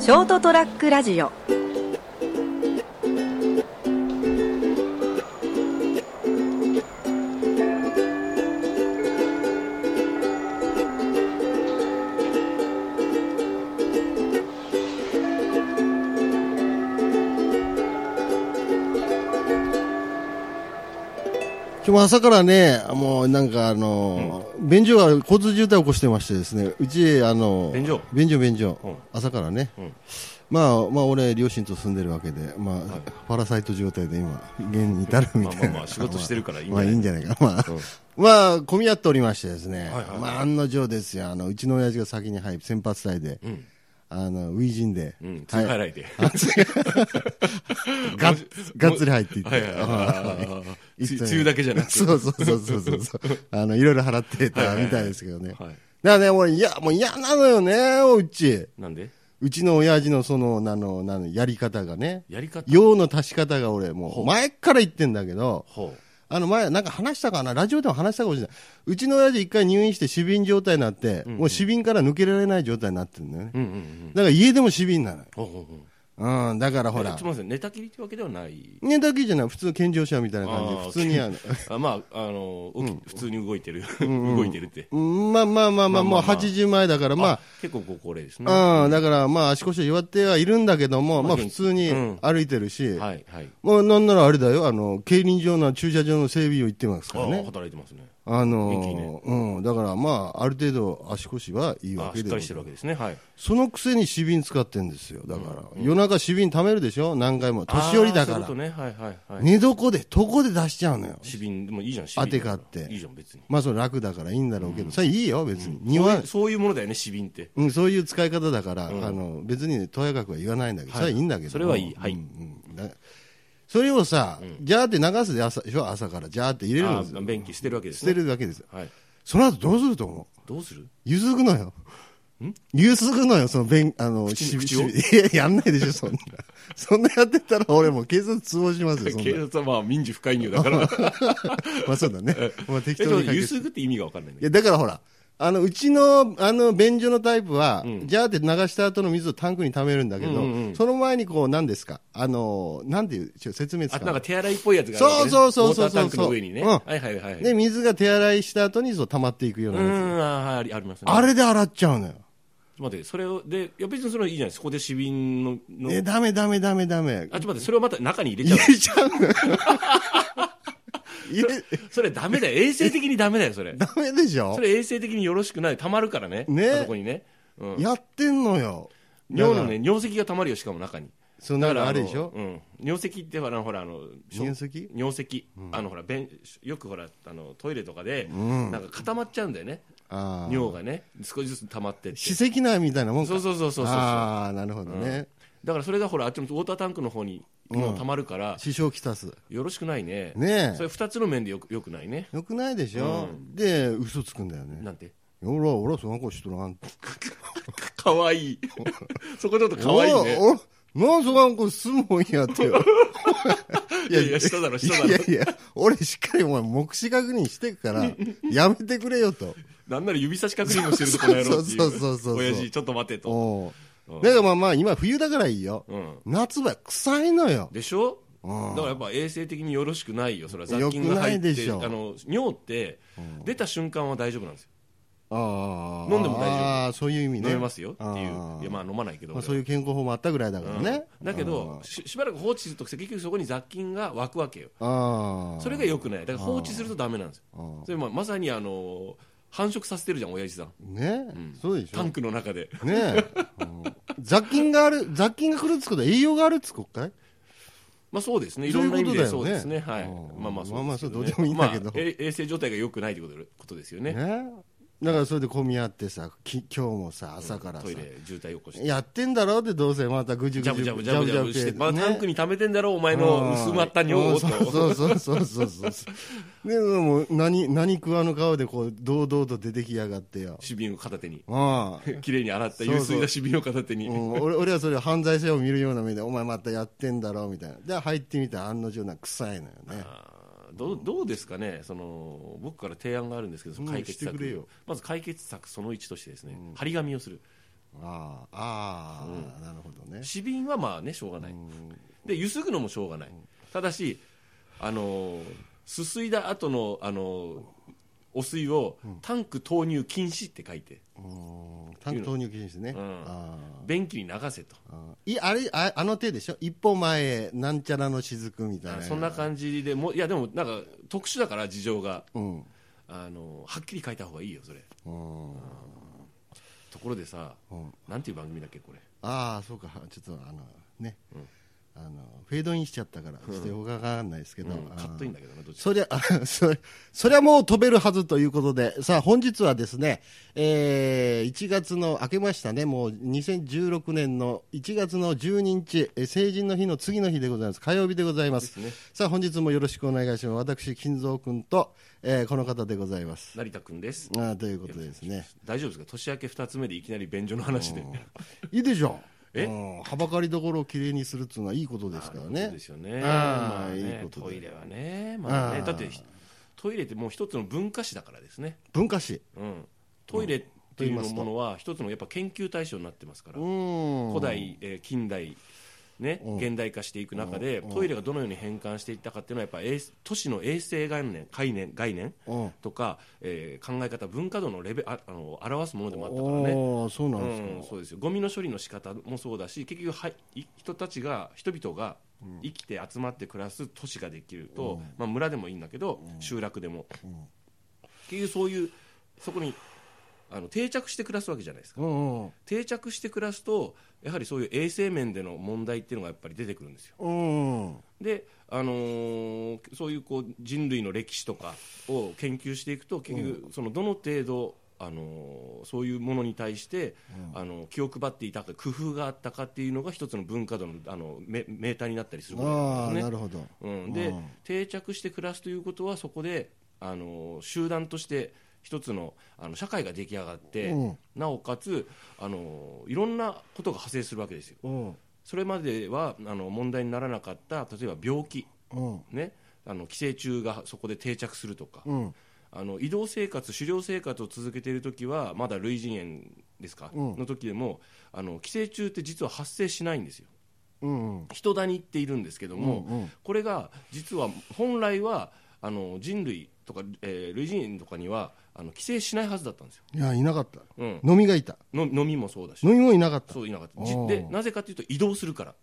ショートトラックラジオ今日も朝からね、もうなんかあの、便所が交通渋滞を起こしてましてですね、うち、あの、便所便所、便所うん朝からね、うんまあ、まあ、俺、両親と住んでるわけで、まあ、パラサイト状態で今、現に至るみまあたいまあな。まあ仕事してるからいい んまじあいゃないいんじゃないか。まあ、うんまあ、混み合っておりましてですね。はいはいまあ、案の定ですよ。あの、うちの親父が先に、はい、先発隊で、んあの、初陣で、うん、つはいい払いで。がっがっつり入っていって。はいはいはいあいー。つつ梅雨だけじゃなくて。そうそうそうそうそう そう。あの、いろいろ払ってたみたいですけどね。はい。だからね、俺、いや、もう嫌なのよね、うち。なんでうちの親父のその、あの、なの、やり方がね。やり方用の足し方が俺、もう、前から言ってんだけど、ほあの前、なんか話したかな、ラジオでも話したかもしれない。うちの親父一回入院して死瓶状態になって、もう死瓶から抜けられない状態になってるんだよね。う。うんうんうん。だから家でも死瓶なのよ。ほうほうほう。うん、だからほえらす、みません、寝たきりってわけではない。ねだけじゃない、普通の健常者みたいな感じあーで、普通にあの、 あまあ、あの、起き普通に動いてる。 動いてるって。うんまあまあまあまあ、まもうあまあまあ80前だから、まあ、結構ご高齢ですね。はうん、だから、まあ、足腰は弱ってはいるんだけども、まあ、元普気通にうん歩いてるし、いはい。もうなんならあれだよ、あの、競輪場の駐車場の整備を言ってますあからーね。働いてますね。あの元気ねうん、だからまあ、ある程度足腰はいいあわーけしっでかりしてるわけですね。はい。そのくせに死瓶使ってんですよ。だから、夜中死瓶貯めるでしょ何回も。年寄りだかあーらそう。いうことね。はいはいはい。寝床で、床で出しちゃうのよ。市民でもいいじゃん、市当民。てがあっていいじゃん、別に。まあ、それ楽だからいいんだろうけど、それいいよ、別に。庭、そういうものだよね、市民って。うん、そういう使い方だから、あの別にねとやかくは言わないんだけど、はいそれはいいんだけどそれはいいはいうんうんだそれをさ、ジャーって流すで朝でしょ朝からジャーって入れるんあですーよ便器捨てるわけです捨ね。てるだけですよはい。その後どうすると思うどうするゆすぐのよゆすぐのよその便あの口し口をしいややんないでしょそんな そんなやってたら俺もう警察通報しますよそん警な察はまあ民事不介入 だから。まあそうだねまあえ、適ちょっ当とに解ゆ決すぐって意味がわかんないいね。やだからほらあのうちのあの便所のタイプは、ジャーって流した後の水をタンクに溜めるんだけど、その前にこう、なんですか、あのなんていう、ちょ説明つあかなんないか手洗いっぽいやつがあるわけねそうそうそうそうウォータータンクの上にね。うんはいはいはい。で、水が手洗いした後にそう溜まっていくよううなやつ、ん、あーありありますね。あちょれで洗っちゃうのよ。っと待って、それを、で、いや別にそれはいいじゃないそこで市民の、のえ、ダメダメダメダメあ、ちょ。っと待って、それをまた中に入れちゃ入う。れち ゃうのよ。入れ、それダメだよ。衛生的にダメだよ、それ。ダメでしょそれ衛生的によろしくない。溜まるからね。ねあそこにね。うん。やってんのよ。尿のだからね、尿石が溜まるよ、しかも中に。そのだからあのれでしょうん。尿石ってほら、ほら、あの、しょ尿石尿石。あの、ほら、便、よくほら、あの、トイレとかで、なんか固まっちゃうんだよね。ああ。尿がね、少しずつ溜まってって。歯石内みたいなもんか。そうそうそうそうそうだああ、なるほどね。からそれがほら、あっちのウォータータンクの方にもう溜まるから、支障きたす。よろしくないね。ねえそれ二つの面でよくよくないね。よくないでしょ、で、嘘つくんだよね。なんて。俺は、俺はその子知っとらん。かわ いい。そこちょっとかわいいね。おらおらなんそがんこすもんやってよ。いやいや、しただろ、いしただやいろや。いや、俺しっかりお前目視確認してくから、やめてくれよと。なんなら指差し確認もしてるぞ、この野郎っていそうそうそうそうそうう。親父、ちょっと待てと。おうだからまあまあ、今冬だからいいよ。うん。夏場臭いのよ。でしょだんからやっぱ衛生的によろしくないよ、それは雑菌よくがな入いっでて、しあょの尿って出た瞬間は大丈夫なんですよ、ああ。飲んでも大丈夫ああ、そういう意味ね。飲めますよっていう、ああいやまあ飲まないけど、まあそういう健康法もあったぐらいだからね。だけどし、しばらく放置すると、結局そこに雑菌が湧くわけよ、ああ。それがよくない、だから放置するとダメなんですあーよ、それまあまさにあのー繁殖させてるじゃん、親父さん、ね、そうでしょタンクの中で、ねえ、雑菌がある、雑菌が来るっつことは栄養があるっつこっかいまあそうですね、いそうろいうんこな意と味だよでねそうですね、はあいー、まあまあまあまあそうそれどうですでけもいいんだねけどまあえ衛生状態が良くないということでことですよね、ねだからそれで混み合ってさ、き今日もさ、朝からさトイ、レ、渋滞起こして。やってんだろうってどうせまたぐじゅジぐャブじゅジャブジャブジャブして、ねまあ、タンクに溜めてんだろ、お前の薄まった尿をと。うんそうそうそうそうそうそう。で、もう何、何食わぬ顔でこう、堂々と出てきやがってよ。市民を片手に。ああ。綺麗に洗った、そう流そう水だ市民を片手うに。ん、俺俺はそれを犯罪者を見るような目で、お前またやってんだろうみたいな。で、入ってみたら案の定なんか臭いのよね。あーどうどうですかねその、僕から提案があるんですけど、その解決うんしてくれよ策、まず解決策その1として、ですね、張り紙をする、ああ、ああ、なるほどね。死瓶はまあねしょうがない、でゆすぐのもしょうがない、ただしあのーすすいだ後のあのーお水をタンク投入禁止って書いて、うんタンク投入禁止ね。うあんあ便器に流せと、あーいあれああの手でしょ、一歩前へ、なんちゃらの雫みたいな、そんな感じでもういやでもなんか特殊だから事情がうん、あのはっきり書いた方がいいよそれうん、ところでさ、うんなんていう番組だっけこれああ、そうか、ちょっとあのね、あの、フェードインしちゃったから、ちょっとよくわかんないですけど、うんあカーットインだけどなどっちかそりゃ、 あそれ、そりゃもう飛べるはずということで、さあ本日はですね、えー1月の、明けましたね、もう2016年の1月の12日、えー成人の日の次の日でございます。火曜日でございます。ですねさあ本日もよろしくお願いします。私、金蔵君と、えーこの方でございます。成田君ですあーということでですね。大丈夫ですか年明け2つ目でいきなり便所の話でいいでしょう。えうんはばかりどころをきれいにするっていうのはいいことです からね。そうですよねあーまあねいいことだトイレはね,、まあ、ねあーだってトイレってもう一つの文化史だからですね、文化史。うん、トイレっていううんと言いまのすとものは一つのやっぱ研究対象になってますから、うん。古代、えー近代ね、現代化していく中で、トイレがどのように変換していったかっていうのはやっぱ衛生都市の衛生概念概念概念うんとか、えー考え方文化度のレベああの表すものでもあったからね。おーそうなんですか。うん、そうですよゴミの処理の仕方もそうだし結局はい人たちが人々が生きて集まって暮らす都市ができると、まあ、村でもいいんだけど、集落でも、結局そういうそこにあの定着して暮らすわけじゃないですかうんうん定着して暮らすとやはりそういう衛生面での問題っていうのがやっぱり出てくるんですようんで、あのーそういうこう人類の歴史とかを研究していくと結局そのどの程度、あのーそういうものに対して、あの気を配っていたか工夫があったかっていうのが一つの文化度のあのメメーターになったりすることあなあ、んですなね。るほど。うん、で、うん定着して暮らすということはそこで、あのー集団として一つのあの社会が出来上がって、うんなおかつ、あのーいろんなことが派生するわけですよ。うん。それまではあの問題にならなかった例えば病気、うん。ね、あの寄生虫がそこで定着するとか、うん。あの移動生活、狩猟生活を続けているときは、まだ類人猿ですか、うんの時でもあの、寄生虫って実は発生しないんですよ、うん。人だに言っているんですけども、うんうんこれが実は本来はあの人類とか、えー類人猿とかにはあの寄生しないはずだったんですよ、いや、いなかった。うん、飲みがいた。の飲みもそうだし、飲みもいなかった。そういなかったあーじで、なぜかというと移動するから。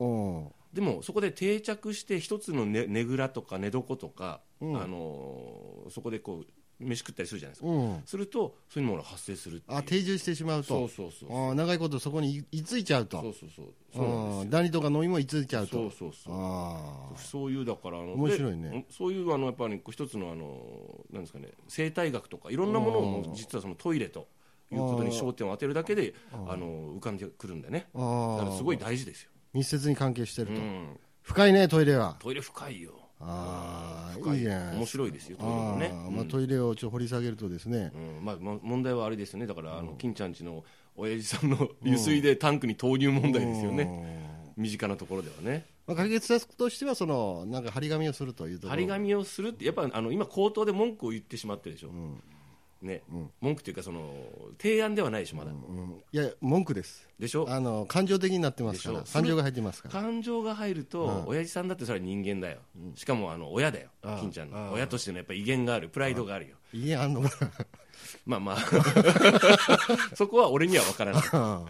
うん。でもそこで定着して一つのねねぐらとか寝床とか、うんあのーそこでこう飯食ったりするじゃないですか、うん。するとそういうものが発生するっていうあ、定住してしまうそうと。そうそうああ長いことそこに居ついちゃうそと。うそうそうそうなんうん。ダニとか飲みも居ついちゃでうすそうと。そうそうああ。そういうだからあの面白いねでそういうあのやっぱりこう一つのあのなんですかね生態学とかいろんなものをもう実はそのトイレということに焦点を当てるだけであの浮かんでくるんだねだあかあらすごい大事ですよ、密接に関係してるうと。ん、深いね、トイレは。トイレ深いよああ、深いいいじゃん。面白いですよトイレもあねあ、まあトイレをちょっと掘り下げるとですねう。んまあ、も問題はあれですよね、だから、あの金ちゃんちの親父さんの 流水でタンクに投入問題ですよね、身近なところではね。まあ解決策としてはそのなんか張り紙をするというところ。張り紙をするって、やっぱあの今、口頭で文句を言ってしまってるでしょ、ね文句というかその、提案ではないでしょ、まだ、うんいや文句です。でしょ、あの感情的になってますかでらしょ感情が入ってますから感情が入ると、親父さんだってそれは人間だよ、しかもあの親だよ、金ちゃんの、親としてのやっぱ威厳がある、プライドがあるよ、いやあんのかまあまあ、そこは俺には分からない、 な、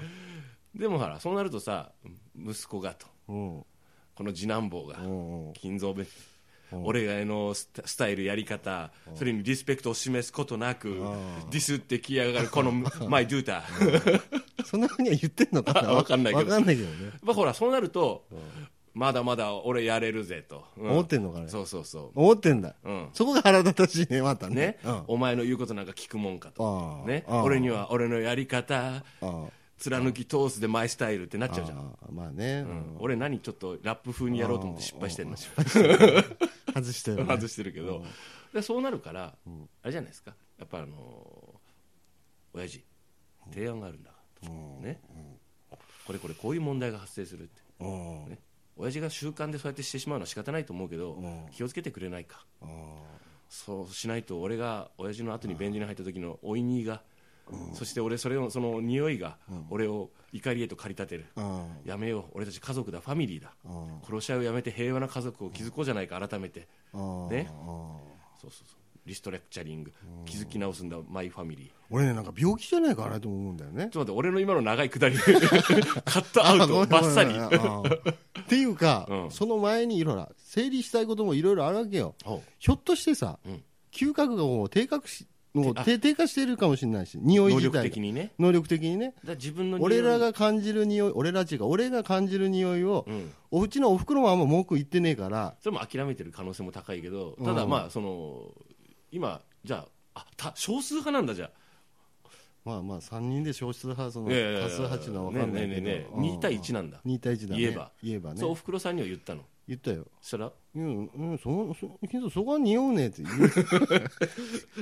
でもほら、そうなるとさ、息子がと、うんうんこの次男坊が。うん、金蔵弁俺がのスタスタイルやり方それにリスペクトを示すことなくディスってきやがるこの マイドゥーターやっそんなふうには言ってんのかな わかんないけどわかんないけどねぱほらそうなるとまだまだ俺やれるぜと、う思ってんのかねそうそうそ思ってんだ、う、うん、そこが腹立たしいねまたねね、うん、あお前の言うことなんか聞くもんかとあ、ーね、あー俺には俺のやり方あ貫き通すでマイスタイルってなっちゃうじゃん、ああまあね、うん俺何ちょっとラップ風にやろうと思って失敗してんの 外してる、ね、外してるけど、でそうなるから、あれじゃないですかやっぱあのー親父提案があるんだと、ね、これこれこういう問題が発生するって、うんね、親父が習慣でそうやってしてしまうのは仕方ないと思うけど、気をつけてくれないかあそうしないと俺が親父の後に便所に入った時のおいにがそして俺それをその匂いが俺を怒りへと駆り立てる、うんやめよう俺たち家族だファミリーだ、うん殺し合いをやめて平和な家族を築こうじゃないか改めて、うんねうんそうそうそうリストラクチャリング築き直すんだマイファミリー俺ねなんか病気じゃないかなと思うんだよねちょっと待って俺の今の長いくだり カットアウあごめんごめトバんッサリあーっていうか、 うんその前にいろいろ整理したいこともいろいろあるわけよほひょっとしてさ、うん嗅覚がもう低下しもうあ低低下してるかもしれないし匂い能自力体的がにね能力的にねだから自分の匂い俺らが感じる匂い俺らちが俺が感じる匂いを、うんおうちのおふくろもあんま文句言ってねえからそれも諦めてる可能性も高いけどうんただまあその今じゃああた少数派なんだじゃあまあまあ3人で少数派そのいやいやいや多数派っていうのは分かんないけど、ねえねえねえねえ2対1なんだ2対1だね言えば言えばねそうおふくろさんには言ったの言ったよそしたらうん、うん、そ、そ、けどそこは匂うねって言う。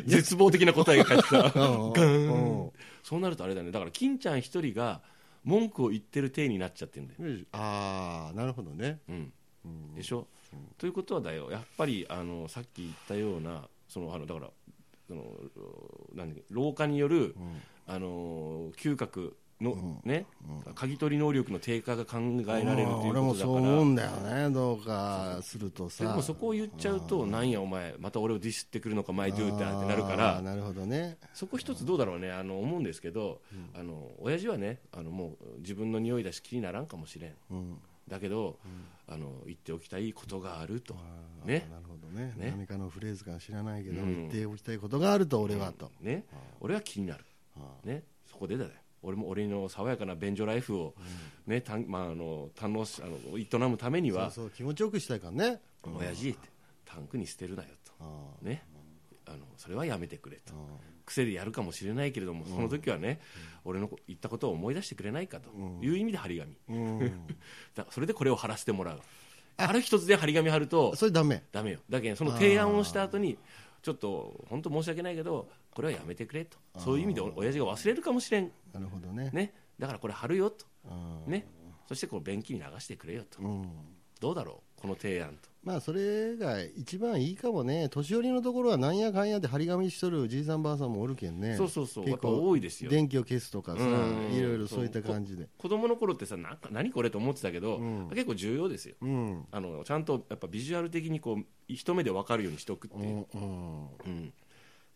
絶望的な答えが返ってきた うんそうなるとあれだねだから金ちゃん一人が文句を言ってる体になっちゃってるんだよ、うん。ああ、なるほどね。うん、でしょ、ということはだよやっぱりあのさっき言ったようなそのあのだからその何老化による、あの嗅覚の、ね嗅ぎ取り能力の低下が考えられるという俺こもとだそうか思うら。んだよね、どうかするとでさ。もそこを言っちゃうと、なんやお前、また俺をディスってくるのか、マイドゥーってってなるかあーら、なるほどね。そこ一つどうだろうね、あの思うんですけど、あの親父はね、あのもう自分の匂いだし、気にならんかもしれん、うん。だけど、あの言っておきたいことがあると、ねなるほどね。ね何かのフレーズか知らないけど、う言んっておきたいことがあると、俺はと。ね、俺は気になる、ね、そこでだよ、俺も俺の爽やかな便所ライフを、ねたんまあ、あの堪能しあの営むためにそはう、そう、気持ちよくしたいからね。親父って、タンクに捨てるなよあと、ね、あのそれはやめてくれとー。癖でやるかもしれないけれども、その時はね、俺の言ったことを思い出してくれないかという意味で張り紙、うん。 だそれでこれを貼らせてもらう、ある一つで張り紙貼ると、それダメ。ダメよだけどその提案をした後にちょっと本当申し訳ないけどこれはやめてくれとそういう意味でお親父が忘れるかもしれん、なるほどね。ね、だからこれ貼るよと、うんね、そしてこの便器に流してくれよとうん。どうだろうこの提案とまあそれが一番いいかもね、年寄りのところはなんやかんやで張り紙しとるじいさんばあさんもおるけんね、そうそうそう結やっぱ構多いですよ電気を消すとかさ、うんいろいろそういった感じで、子供の頃ってさなんか何これと思ってたけど、結構重要ですようん、あのちゃんとやっぱビジュアル的にこう一目で分かるようにしておくっていう、うん、うん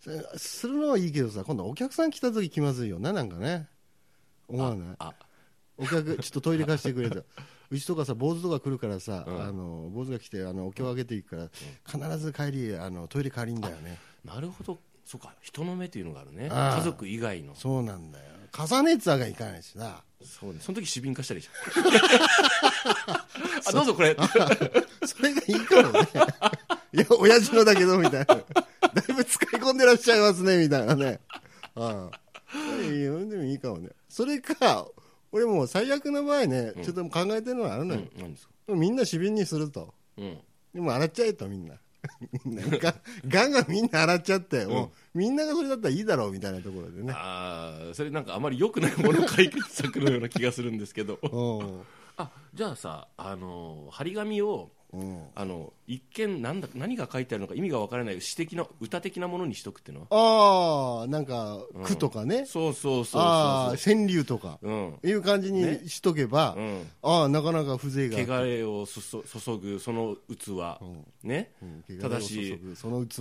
せするのはいいけどさ、今度お客さん来た時気まずいよな、なんかね、思わないあお客、ちょっとトイレ貸してく れと、うちとかさ、坊主とか来るからさ、うんあの坊主が来て、あのお経をあげていくから、必ず帰り、あのトイレ借りんだよね、なるほどそうか人の目というのがあるねああ家族以外のそうなんだよ、重ねつあがいかないしな。そうねその時市民化したらいいじゃん あどうぞこれ それがいいかもね。いや、親父のだけど、みたいな。だいぶ使い込んでらっしゃいますね、みたいなね。うん。いや、でもいいかもね。それか、俺もう最悪の場合ね、ちょっと考えてるのはあるのよ。何ですかみんな市民にすると。うんでも洗っちゃえと、みんな。なん か、ガンガンみんな洗っちゃって、もう、みんながそれだったらいいだろう、みたいなところでね。ああそれなんかあまり良くないもの解決策のような気がするんですけどうあじゃあさあの張り紙をん。うん。あの一見なんだ何が書いてあるのか意味がわからない詩的な歌的なものにしとくっていうのはああ、なんか、区とかね。そうそうそうああ、そう川柳とか。そううんいう感じにしとけば、うんああなかなか風情があっ汚てれをそそ注ぐその器、ね、うんた汚れだをし注ぐその器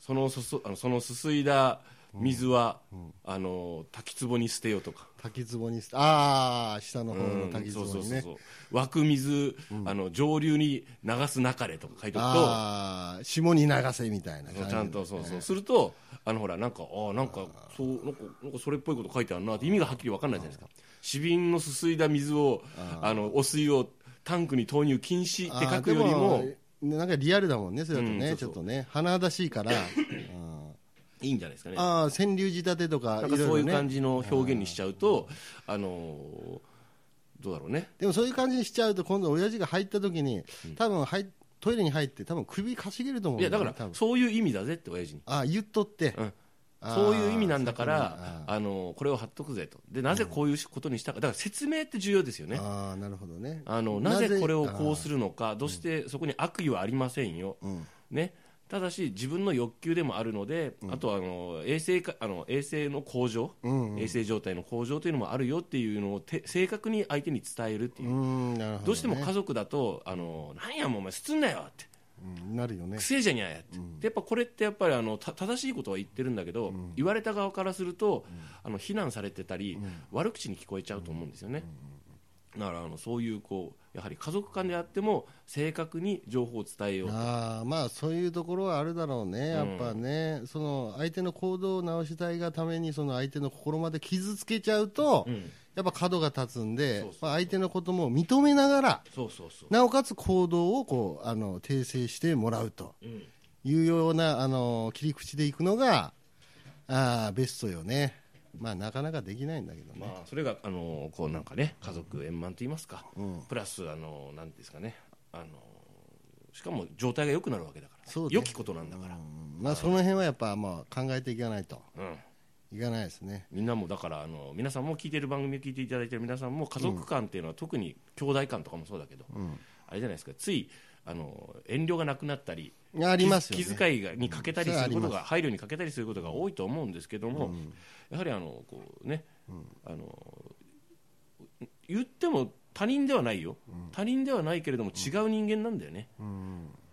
そのそそあのそのすすいだ水は、あの滝壺に捨てよとか、滝壺にしてああ下の方うのん滝壺そうそうにそうねそう湧く水、あの上流に流すなかれとか書いておくとああ下に流せみたいな感じそうでちゃんとそうそうするとあのほらなんかああなんかそうなんかなんかそれっぽいこと書いてあるなって意味がはっきり分かんないじゃないですか市民のすすいだ水をあのお水をタンクに投入禁止って書くよりああもでねなんかリアルだもんねそれだとね、うんちそょうっそとね華々しい からうんいいんじゃないですかねああ川柳仕立てとかないんろかいそうろいうね感じの表現にしちゃうと、あのーどうだろうね、でもそういう感じにしちゃうと今度親父が入った時に多分入っトイレに入って多分首かしげると思うんいやよだねから多分そういう意味だぜって、親父に、ああ言っとって、うんああそういう意味なんだかそういう意味ら、あのーこれを貼っとくぜと、でなぜこういうことにしたか、だから説明って重要ですよね、ああなるほどねあのなぜこれをこうするのか、どうしてそこに悪意はありませんよ、ね、ただし自分の欲求でもあるので、あとはあの衛生かあの衛生の向上、ん衛生状態の向上というのもあるよっていうのをて正確に相手に伝えるっていう、うんなるほど、ね、どうしても家族だと「あのなんやもうお前すんなよ」ってうんなるよねくせえじゃにゃやって、でやっぱこれってやっぱりあのた正しいことは言ってるんだけど、言われた側からすると、あの非難されてたり、悪口に聞こえちゃうと思うんですよね、だからあのそういうこうやはり家族間であっても正確に情報を伝えようあーまあそういうところはあるだろうね、やっぱね、その相手の行動を直したいがために、その相手の心まで傷つけちゃうと、んやっぱ角が立つんで、そうそうまあ、相手のことも認めながら、そうそうそう、なおかつ行動をこうあの訂正してもらうとうんいうようなあの切り口でいくのが、あーベストよね、まあ、なかなかできないんだけどね。まあ、それがあのこうなんかね家族円満と言いますか、うんプラスあのなんていうんですかねあのしかも状態が良くなるわけだから、そうね良きことなんだから、うんまあ、その辺はやっぱまあ考えていかないとうん、いかないですね。みんなもだからあの皆さんも聞いてる番組を聞いていただいてる皆さんも家族間っていうのは、特に兄弟間とかもそうだけど、あれじゃないですかついあの遠慮がなくなったりありますよね気気遣いがに欠けたりするそれはあこりまとが配慮に欠けたりすることが多いと思うんですけども、やはりあのこうね、あの言っても他人ではないよ、他人ではないけれども違う人間なんだよね、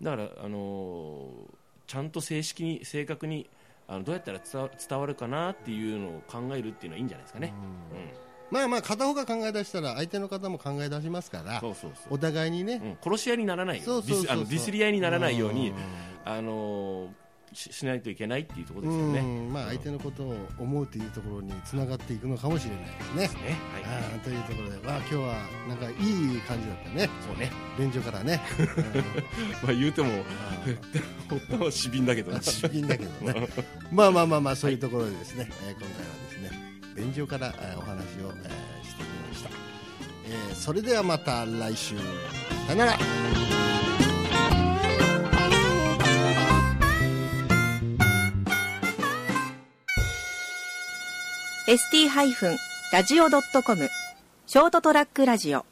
だからあのーちゃんと正式に正確にあのどうやったら伝わ伝わるかなっていうのを考えるっていうのはいいんじゃないですかね、うんまあまあ片方が考え出したら相手の方も考え出しますからそうそうそうお互いにね、うん、殺し合いにならないよそううそうそうそうディスあのディスり合いにならないようにあのーししないといけないっていうところですよね。うんまあ、相手のことを思うというところにつながっていくのかもしれないですね。ねはい、あーというところで、まあ、今日はなんかいい感じだったね、そうね、便所から ね、まあ、言うても、発端は死瓶だけど ね、出品だけどね、まあまあまあまあ、そういうところでですね、えー今回はですね、便所からえーお話を、えーしてきました、えーそれではまた来週、さよなら。 ST-radio.com ショートトラックラジオ